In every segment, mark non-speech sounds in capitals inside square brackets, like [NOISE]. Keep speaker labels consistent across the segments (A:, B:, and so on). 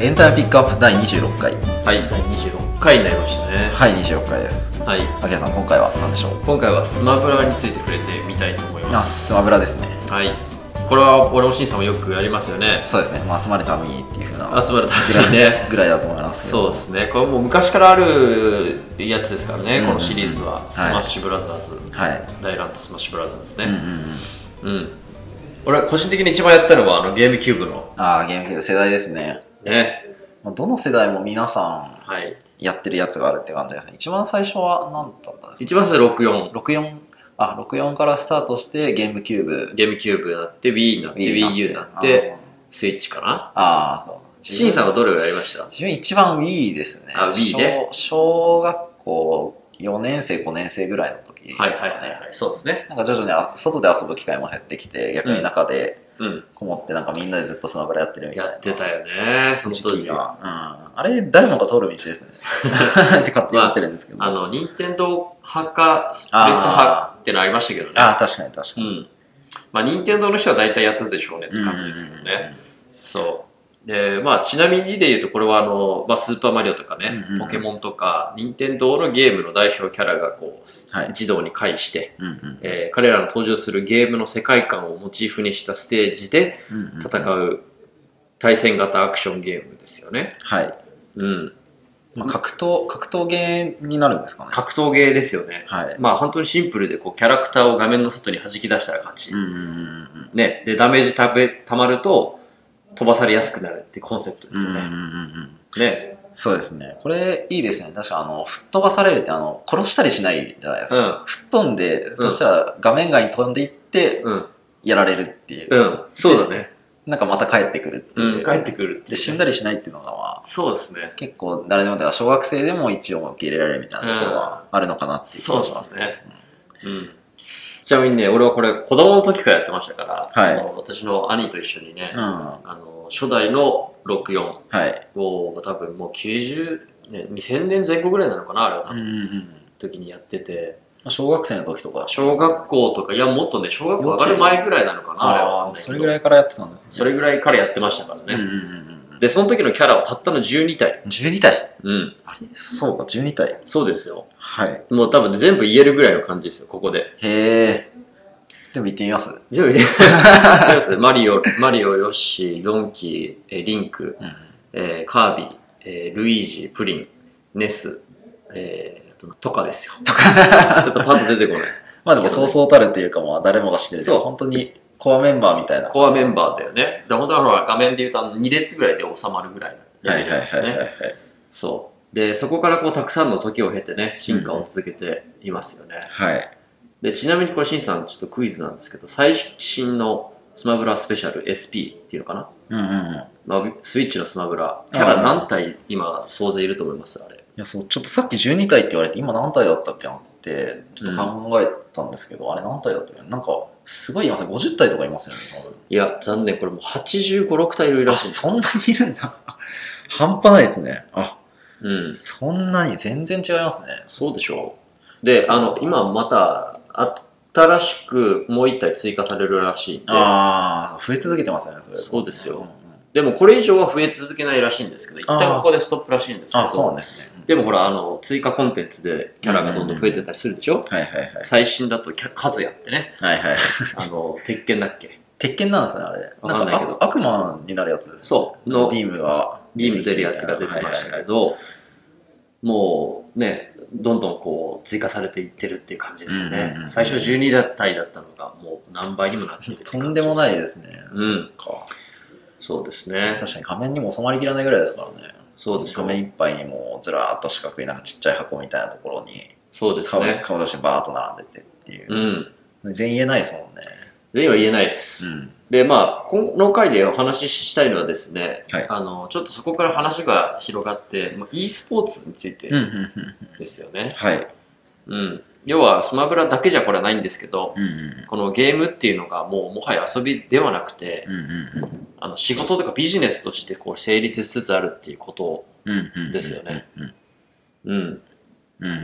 A: エンタメピックアップ第26回
B: はい、第26回になりましたね。
A: はい26回です
B: はい。
A: あきらさん今回は何でしょう
B: 今回はスマブラについて触れてみたいと思いま
A: あ
B: す。
A: スマブラですね
B: はい。これは俺もしんさんもよくやりますよね。
A: そうですね、まあ、集まれたらいいっていうふうな
B: 集まれた
A: ぐら
B: らい
A: い
B: いね
A: ぐらいだと思いますけど
B: そうですね。これもう昔からあるやつですからね、
A: うん
B: このシリーズは。
A: い
B: スマッシュブラザーズ。
A: はい
B: 大乱とスマッシュブラザーズです
A: うんう
B: ね。
A: んうん
B: うん。俺は個人的に一番やったのは、あの、ゲームキューブの。
A: ああゲームキューブ世代ですね
B: ね。
A: まあどの世代も皆さ
B: はい。
A: んやってるやつがあるって感じですね一番最初は何だったんです
B: 一番最初64。
A: か64あ64からスタートしてゲームキューブ
B: ゲームキューブになって、Wii になって、
A: Wii に
B: WiiU になって、スイッチかな。
A: ああそう
B: しんさんはどれをやりました
A: 自分一番 Wii ですね。
B: あ Wii ね
A: 小小学校4年生、5年生ぐらいの時ですか
B: は
A: ね。
B: いはいはいはい。そうですね。
A: なんか徐々にあ外で遊ぶ機会も減ってきて、逆に中で
B: うん。
A: こもってなんかみんなでずっとスマブラやってるみたい
B: や
A: な。
B: ってたよね、その
A: 時
B: 当
A: 期
B: 時は。
A: が。うん。あれ、誰もが通る道です
B: [LAUGHS]
A: ね。って勝手に思ってるんですけど。
B: あの、任天堂派か、プ
A: あー
B: レス派ってのありましたけどね。
A: ああ、確かに確か
B: う
A: に。
B: ん。まあ、任天堂の人は大体やってたでしょうねって感じですけど
A: うんうんうん
B: ね。そう。で、まあ、ちなみにで言うと、これはあの、まあ、スーパーマリオとかね
A: うんうん、
B: ポケモンとか、任天堂のゲームの代表キャラがこう、
A: はい。
B: 児童に介して、
A: うんうん
B: えー彼らの登場するゲームの世界観をモチーフにしたステージで
A: うんうん。
B: 戦う対戦型アクションゲームですよね。
A: はい。
B: うん。
A: まあ、格闘、格闘ゲーになるんですかね。
B: 格闘ゲーですよね。
A: はい。
B: まあ本当にシンプルでこうキャラクターを画面の外に弾き出したら勝ち。
A: うんうんうんうん。
B: ね。で、ダメージたべ、溜まると飛ばされやすくなるってコンセプトで
A: うん
B: す
A: うんう
B: よね。
A: んうん。
B: ね。
A: そうですね。これ、いいですね。確か、あの、吹っ飛ばされるって、あの、殺したりしないじゃないです
B: う
A: か。
B: ん。
A: 吹っ飛んで、そしたら画面外に飛んでいって、
B: うん。
A: やられるっていう。
B: うん。そうだね。
A: なんかまた帰ってくるっていう。
B: うん。帰ってくるって
A: で、死
B: い
A: ん
B: う。
A: だりしないっていうのが、まあ、
B: そうですね。
A: 結構誰でも、だから小学生でも一応受け入れられるみたいなところはあるのかなっていう気
B: そう
A: が
B: で
A: します
B: ね。うん。ちなみにね、俺はこれ子供の時からやってましたから、
A: はい
B: あの私の兄と一緒にね、
A: うん。は
B: あの、初代の64
A: い。
B: を多分もう90年、2000年前後ぐらいなのかな、あれは多
A: う
B: 分
A: んうんうん。
B: 時にやってて、
A: 小学生の時とか。
B: 小学校とか、いや、もっとね、小学校上がる前ぐらいなのかな、あれはわかん
A: ああ、
B: ないけど。
A: それぐらいからやってたんですね。
B: それぐらいからやってましたから
A: うん
B: ね。
A: うんうんうん。
B: で、その時のキャラはたったの12体。
A: 12体。
B: うん。
A: あれそうか、12体。
B: そうですよ。
A: はい。
B: もう多分全部言えるぐらいの感じですよ、ここで。
A: へえ。でも行ってみます
B: 全部言え [LAUGHS] そうですねマリオ、マリオ、ヨッシー、ドンキー、えーリンク、
A: うん。
B: えーカービィ、えールイージ、プリン、ネス、えーあととかですよ。とか。ちょっとパッと出てこない。
A: まあでもそうそうたるっていうか、まあ誰もが知ってるけど
B: そう
A: 本当にコアメンバーみたいな。
B: コアメンバーだよね。で、本当はほら、画面で言うとあの2列ぐらいで収まるぐらいの
A: は
B: レ
A: い
B: ベ
A: は
B: ル
A: い
B: なんで
A: はい
B: す
A: はいは
B: ね。
A: い。
B: そう。で、そこからこう、たくさんの時を経てね、進化を続けていますよね。
A: はい。
B: で、ちなみにこれ、シンさん、ちょっとクイズなんですけど、最新のスマブラスペシャル SP っていうのかな、
A: うんうんうん。い
B: まあ、スイッチのスマブラ、キャラ何体今、総勢いると思いますあれ。
A: や、そう、ちょっとさっき12体って言われて、今何体だったっけなって、ちょっと考えたんですけど、あれ何体だったっけななんか、すごいいますね。50体とかいますよね多分。
B: いや、残念、これもう85、6体いるら
A: あ、
B: しいんです。
A: そんなにいるんだ。 [LAUGHS] 半端ないですね。あ、
B: うん。
A: そんなに全然違いますね。
B: そうでしょう。で、あの、今また、新しくもう1体追加されるらしいんで、
A: ああ、増え続けてますよね、それ。
B: そうですよ
A: んん
B: でもこれ以上は増え続けないらしいんですけど、一
A: あ
B: 旦
A: ー
B: ここでストップらしいんですけど、
A: あ、そうなんですね。
B: でもほら、あの、追加コンテンツでキャラがどんどん増えてたりするでしょ、
A: はいはいはい。
B: 最新だとキャ、カズヤってね、
A: はいはい。
B: あの、鉄拳だっけ
A: 鉄拳なんですね、あれ。
B: わかんないけど
A: んか悪悪魔になるやつですね
B: そう、の、
A: ビームが
B: ビーム出るやつが出てました
A: はい
B: けど、もうね、どんどんこう追加されていってるっていう感じですよ
A: うん
B: ね
A: うんう。ん
B: 最初12だったりだったのが、もう何倍にもなってるって
A: と
B: 感じ
A: んでもない
B: す。
A: ですね。
B: うん、
A: か
B: そうですね。
A: 確かに画面にも収まりきらないぐらいですからね。
B: そうです
A: 画
B: よ
A: 面いっぱいにもうずらーっと四角いなんかちっちゃい箱みたいなところに
B: そうです
A: 顔,、
B: ね。
A: 顔出してバーっと並んでてっていうう。
B: ん。
A: 全員言えないですもんね。
B: 全員は言えないです。
A: うん。
B: で、まあ、この回でお話ししたいのはですね、
A: はい
B: あの、ちょっとそこから話が広がって、まあ、e スポーツについて
A: うんうんうん
B: ですよね。
A: はい。
B: うん。要は、スマブラだけじゃこれはないんですけど、
A: うんうん
B: このゲームっていうのがもうもはや遊びではなくて、
A: うんうんうん
B: あの仕事とかビジネスとしてこう成立しつつあるっていうこと
A: うんうん
B: ですよね。
A: うん
B: う
A: う
B: ん。
A: ん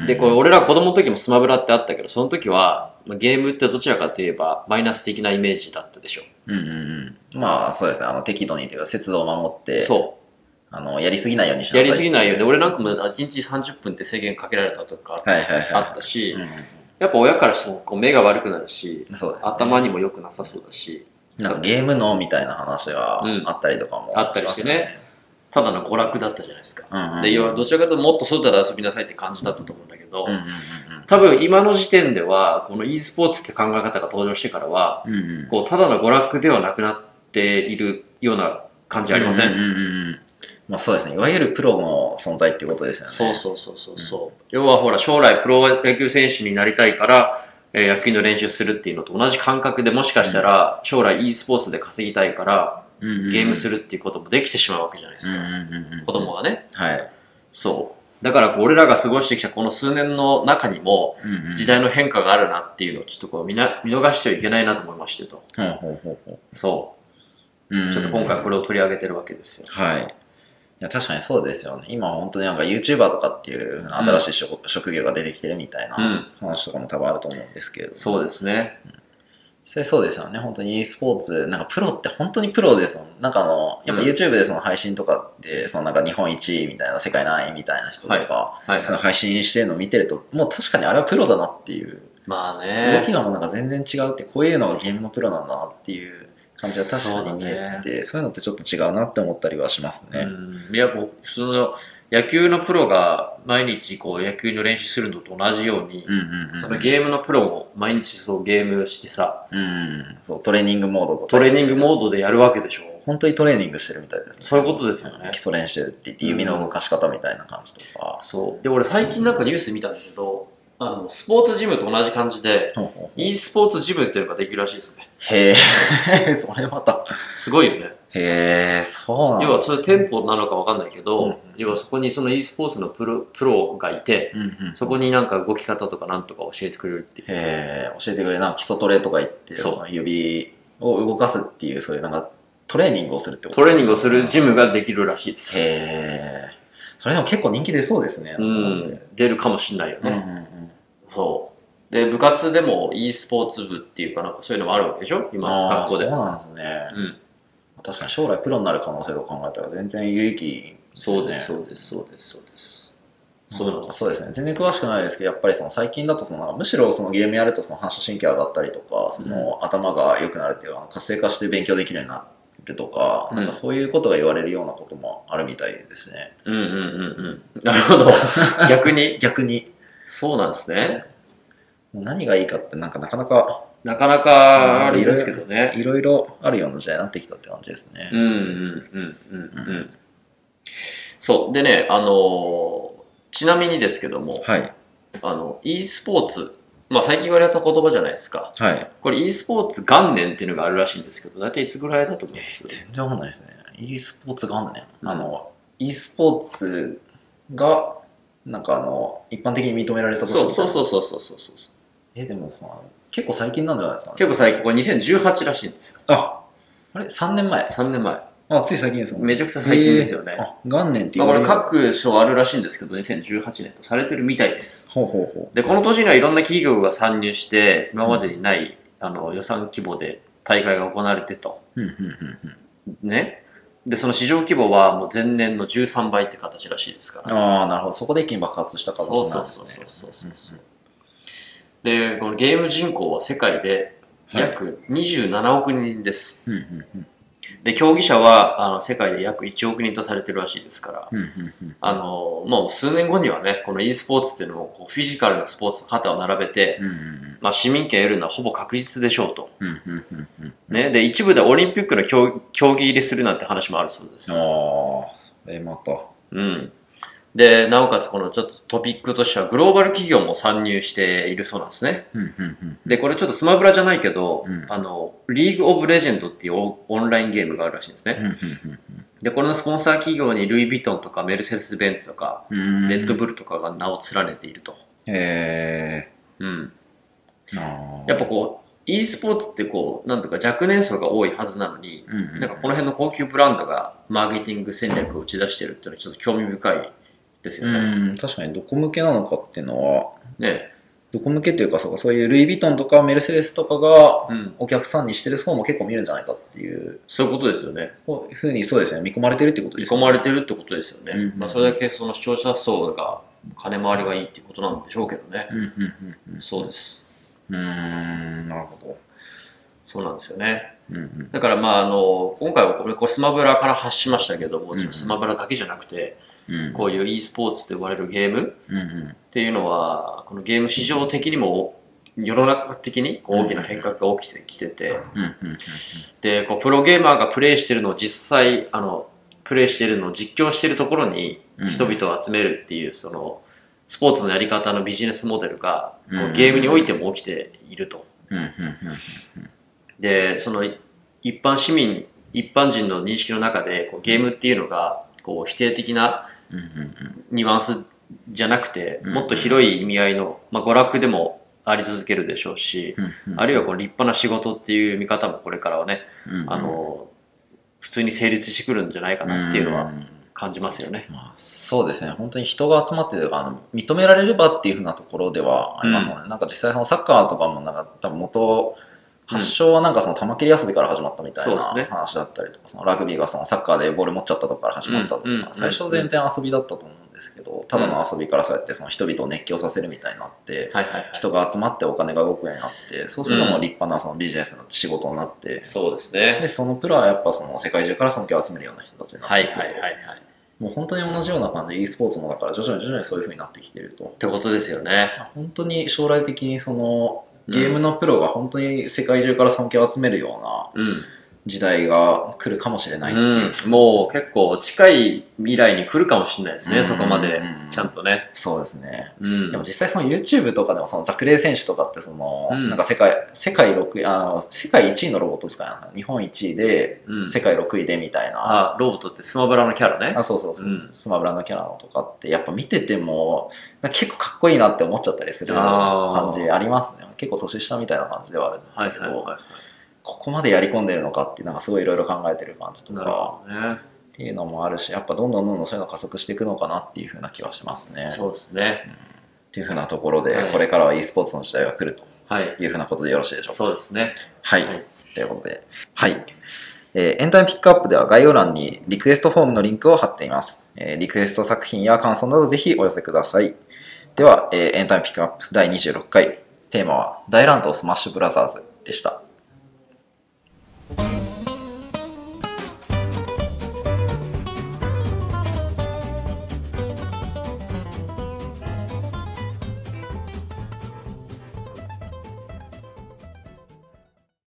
A: うん
B: で、これ俺ら子供の時もスマブラってあったけど、その時はまあゲームってどちらかといえばマイナス的なイメージだったでしょ。
A: うんうんうん。まあそうですね。あの適度にというか節度を守って、
B: そ
A: あの、やりすぎないようにしな
B: や
A: さい。
B: りすぎないよ
A: う
B: ね。俺なんかも1日30分って制限かけられたとか
A: はいはい
B: あ
A: は
B: ったし、
A: い。
B: やっぱ親からしてもこう目が悪くなるし、
A: うん、そうです、
B: 頭にも良くなさそうだし、
A: なんかゲームのみたいな話が
B: うん
A: あったりとかも、
B: あったりしてね。ただの娯楽だったじゃないですか。
A: うんうんうん、
B: で、要はどちらかというともっと外で遊びなさいって感じだったと思うんだけど、
A: うんうん
B: 多分今の時点では、この e スポーツって考え方が登場してからは、
A: うんうん。うんうん
B: こう、ただの娯楽ではなくなっているような感じありません、
A: うんうんうんうんまあそうですね。いわゆるプロの存在っていうことですよね。
B: そうそうそうそうそう、要はほら、将来プロ野球選手になりたいから、えー野球の練習するっていうのと同じ感覚でもしかしたら、将来 e スポーツで稼ぎたいから、
A: うんうんうん。
B: ゲームす
A: る
B: るっていうこともできてしまうわけじゃないですか。子供
A: は。
B: がね。
A: はい。
B: そう。だから、俺らが過ごしてきたこの数年の中にも、
A: うんうん
B: 時。代の変化があるなっていうのをちょっとこう見な見逃してはいけないなと思いましてと。
A: ほうほうほうほ
B: そう
A: うんう
B: う。
A: ん。
B: ちょっと今回これを取り上げてるわけですよ。
A: はい。いや、確かにそうですよね。今本当になんか YouTuber とかっていう新しい職,、職業が出てきてるみたい
B: うん
A: な話とかも多分あると思うんですけれど。
B: そうですね。
A: それそうですよね。本当に e スポーツ、なんかプロって本当にプロですもん。なんかあの、やっぱ
B: うん
A: YouTube でその配信とかって、そのなんか日本一位みたいな、世界何位みたいな人とか、
B: はい、
A: その
B: はい。
A: 配信してるのを見てると、もう確かにあれはプロだなっていう、
B: まあ
A: 動き
B: ね。
A: がもうなんか全然違うって、こういうのがゲームのプロなんだなっていう感じは確かに見えてて、そう,、いうのってちょっと違うなって思ったりはしますね。
B: うん。いや、もう、その、野球のプロが毎日こう野球の練習するのと同じように、
A: うんうんうん、
B: そのゲームのプロも毎日そうゲームしてさ、
A: うん、そう、トレーニングモードとか。
B: トレーニングモードでやるわけでしょ。
A: 本当にトレーニングしてるみたいですね。
B: そういうことですよね
A: 基。礎練習って言って、指の動かし方みたいな感じとか。
B: そう。で、俺最近なんかニュース見たんだけど、あの、スポーツジムと同じ感じで、
A: ほうほうほう
B: e スポーツジムっていうのができるらしいですね。
A: へえ、 [LAUGHS] それまた。
B: すごいよね。
A: へえ、そうなん
B: 要
A: だ
B: はそれ店舗なのかわかんないけど、
A: うん
B: 要はそこにその e スポーツのプロプロがいて、
A: うんうん。
B: そこになんか動き方とかなんとか教えてくれるっていう。
A: へえ、教えてくれるな。基礎トレとか言って、
B: そう
A: その指を動かすっていう、そういうなんかトレーニングをするってこと
B: トレーニングをするジムができるらしいです。
A: へえ。それでも結構人気出そうですね。
B: う
A: うん
B: ん、出るかもしんないよ
A: うんう
B: ね。
A: ん。
B: そう。で、部活でも e スポーツ部っていうかなんかそういうのもあるわけでしょ今、
A: ああ、
B: 学校
A: そう
B: で。
A: なんですね。
B: うん。
A: 確かに将来プロになる可能性を考えたら全然有益ですよね。
B: そうです、そうです、そうです、そうです。そうなんです。
A: そうですね。全然詳しくないですけど、やっぱりその最近だとそのなんかむしろそのゲームやるとその反射神経上がったりとか、その頭が良くなるっていうか、活性化して勉強できるようになるとか、
B: うん
A: なんかそういうことが言われるようなこともあるみたいですね。
B: うんうんうん [LAUGHS] うん。なる
A: [LAUGHS]
B: ほど。逆に。
A: 逆に、
B: そうなんですね。
A: もう何がいいかってなんかなかなか
B: なかなかあれですけどね。
A: いろいろあるような時代になってきたって感じですね。
B: うんうんうんうんうん。そう。でね、あのーちなみにですけども、
A: はい。
B: あの、e スポーツ、まあ最近言われた言葉じゃないですか。
A: はい。
B: これ e スポーツ元年っていうのがあるらしいんですけど、大体いつぐらいだと思います
A: 全然わかんないですね。e スポーツ元年。
B: うん
A: あの、e スポーツが、なんかあの、一般的に認められた年みたい
B: そう
A: な
B: そうそうそうそうそうそう。
A: え、でもさ、結構最近なんじゃないですかね。
B: 結構最近、これ2018らしいんですよ。
A: ああれ ?3 年前。
B: 3年前。
A: あ、つい最近ですもんね。
B: めちゃくちゃ最近ですよね。
A: えーあ、元年って
B: ま
A: 言
B: あ、
A: わ
B: こ
A: れ
B: れ
A: る。
B: 各所あるらしいんですけど、2018年とされてるみたいです。
A: ほうほうほ
B: で、この年にはいろんな企業が参入して、今までにない、あの予算規模で大会が行われてと。
A: う。うんうんうんうん。
B: ね。で、その市場規模はもう前年の13倍って形らしいですから。
A: ああ、なるほど。そこで一気に爆発した形にな
B: そ
A: る
B: うん
A: です
B: そ
A: ね。
B: うそうそうそうそ
A: うん
B: う
A: うん
B: で、このゲーム人口は世界で約27億人です。
A: うんうんうん
B: で、競技者はあの世界で約1億人とされてるらしいですから。
A: うんうんうん
B: あの、もう数年後にはね、この e スポーツっていうのをこうフィジカルなスポーツと肩を並べて、
A: うんうん
B: まあ市民権を得るのはほぼ確実でしょうと。
A: うんうんうんうん
B: ね。で、一部でオリンピックの競競技入りするなんて話もあるそうです
A: あ。あ、え、また。
B: うん。で、なおかつこのちょっとトピックとしてはグローバル企業も参入しているそうなんですね。
A: うんうんうん
B: で、これちょっとスマブラじゃないけど、
A: うん
B: あの、リーグオブレジェンドっていうオオンラインゲームがあるらしいんです
A: う
B: ね。
A: んうん
B: で、これのスポンサー企業にルイ・ヴィトンとかメルセデス・ベンツとか、
A: うんうん。
B: レッド
A: ル。
B: ブルとかが名を連ねていると。
A: え
B: うん。
A: ー。ああ。
B: やっぱこう、e スポーツってこう、なんとか若年層が多いはずなのに、
A: うんうん、
B: なんかこの辺の高級ブランドがマーケティング戦略を打ち出してるっていうのはちょっと興味深いですよね。
A: うん、確かにどこ向けなのかっていうのは、
B: ね
A: どこ向けというかそうかそういうルイ・ヴィトンとかメルセデスとかが
B: うん。
A: お客さんにしてる層も結構見るんじゃないかっていう
B: そういうことですよね。
A: こういうふうにそうですね見込まれてるってこと
B: 見
A: です
B: 込
A: ね
B: まれてるってことですよね。
A: うん
B: まあ、それだけその視聴者層が金回りがいいっていうことなんでしょうけどね。
A: うんうんうんうん
B: そうです。
A: うーんなるほど
B: そうなんですよね。
A: うんうん
B: だからまあ、あの、今回はこれ、こうスマブラから発しましたけども、
A: うん
B: スマブラだけじゃなくて、
A: うん
B: こういう e スポーツと呼ばれるゲーム
A: うんうん
B: っていうのは、このゲーム市場的にも、世の中的にこう大きな変革が起きてきてて、
A: うんうん
B: で、こうプロゲーマーがプレイしてるのを実際、あの、プレイしてるのを実況してるところに
A: うん
B: 人々を集めるっていう、その、スポーツのやり方のビジネスモデルが、こ
A: うん
B: うゲームにおいても起きていると。
A: うんうんうん
B: で、その、い一般市民、一般人の認識の中で、こうゲームっていうのが、こう、否定的な
A: うんうん
B: ニュアンスじゃなくて、
A: うん
B: もっと広い意味合いの、まあ、娯楽でもあり続けるでしょうし、
A: うんうん
B: あるいはこの立派な仕事っていう見方もこれからはね、
A: うんうん
B: あの、普通に成立してくるんじゃないかなっていうのは
A: ん
B: 感じますよね。
A: まあ、そうですね、本当に人が集まってあの認められればっていうふうなところではありますもんね、なんか実際、そのサッカーとかもなんか、多分元、発祥はなんかその玉切り遊びから始まったみたい
B: そう
A: な
B: ですね
A: 話だったりとか、そのラグビーがそのサッカーでボール持っちゃったとこから始まったとか、
B: うんうん
A: 最初全然遊びだったと思うんですけど、ただの遊びからそうやってその人々を熱狂させるみたいになって、
B: はいはいはい。
A: 人が集まってお金が動くようになって、そうするともう立派なそのビジネスになって仕事になって、
B: そうですね。
A: でそのプロはやっぱその世界中から尊敬を集めるような人たちになって
B: はい
A: く
B: はいはい
A: と
B: はい。
A: もう本当に同じような感じで e スポーツもだから徐々に徐々にそういう風になってきていると
B: ってことですよね。
A: 本当に将来的にそのゲームのプロが本当に世界中から尊敬を集めるような
B: うん。
A: 時代が来るかもしれないっていう、
B: うん。もう結構近い未来に来るかもしれないです
A: う
B: ね、
A: ん
B: そこまで
A: うん。
B: ちゃんとね。
A: そうですね
B: うん
A: でも。実際その YouTube とかでもそのザクレイ選手とかってその、
B: うん
A: なんか世界世界6位あの世界1位のロボットですかね日本1位で
B: うん。
A: 世界6位でみたいな、
B: あ、ロボットってスマブラのキャラね
A: あ。そうそうそう、
B: うん
A: スマブラのキャラのとかってやっぱ見ててもなんか結構かっこいいなって思っちゃったりする
B: あ
A: 感
B: ー
A: じありますね結構年下みたいな感じではあるんです
B: はい
A: けど、
B: はいは
A: ここまでやり込んでるのかってなんかすごいいろいろ考えてる感じと
B: い。なる
A: か
B: ほどね。
A: っていうのもあるしやっぱどんどんどんどんそういうの加速していくのかなっていうふうな気はしますね
B: そうですね。
A: っていうふうなところで、
B: はい
A: これからは e スポーツの時代が来ると
B: はい。
A: いうふうなことでよろしいでしょうか
B: そうですね。
A: はい、
B: はい
A: ということではいえーエンタメピックアップでは概要欄にリクエストフォームのリンクを貼っています。えーリクエスト作品や感想などぜひお寄せください。では、えーエンタメピックアップ第26回、テーマは大乱闘スマッシュブラザーズでした。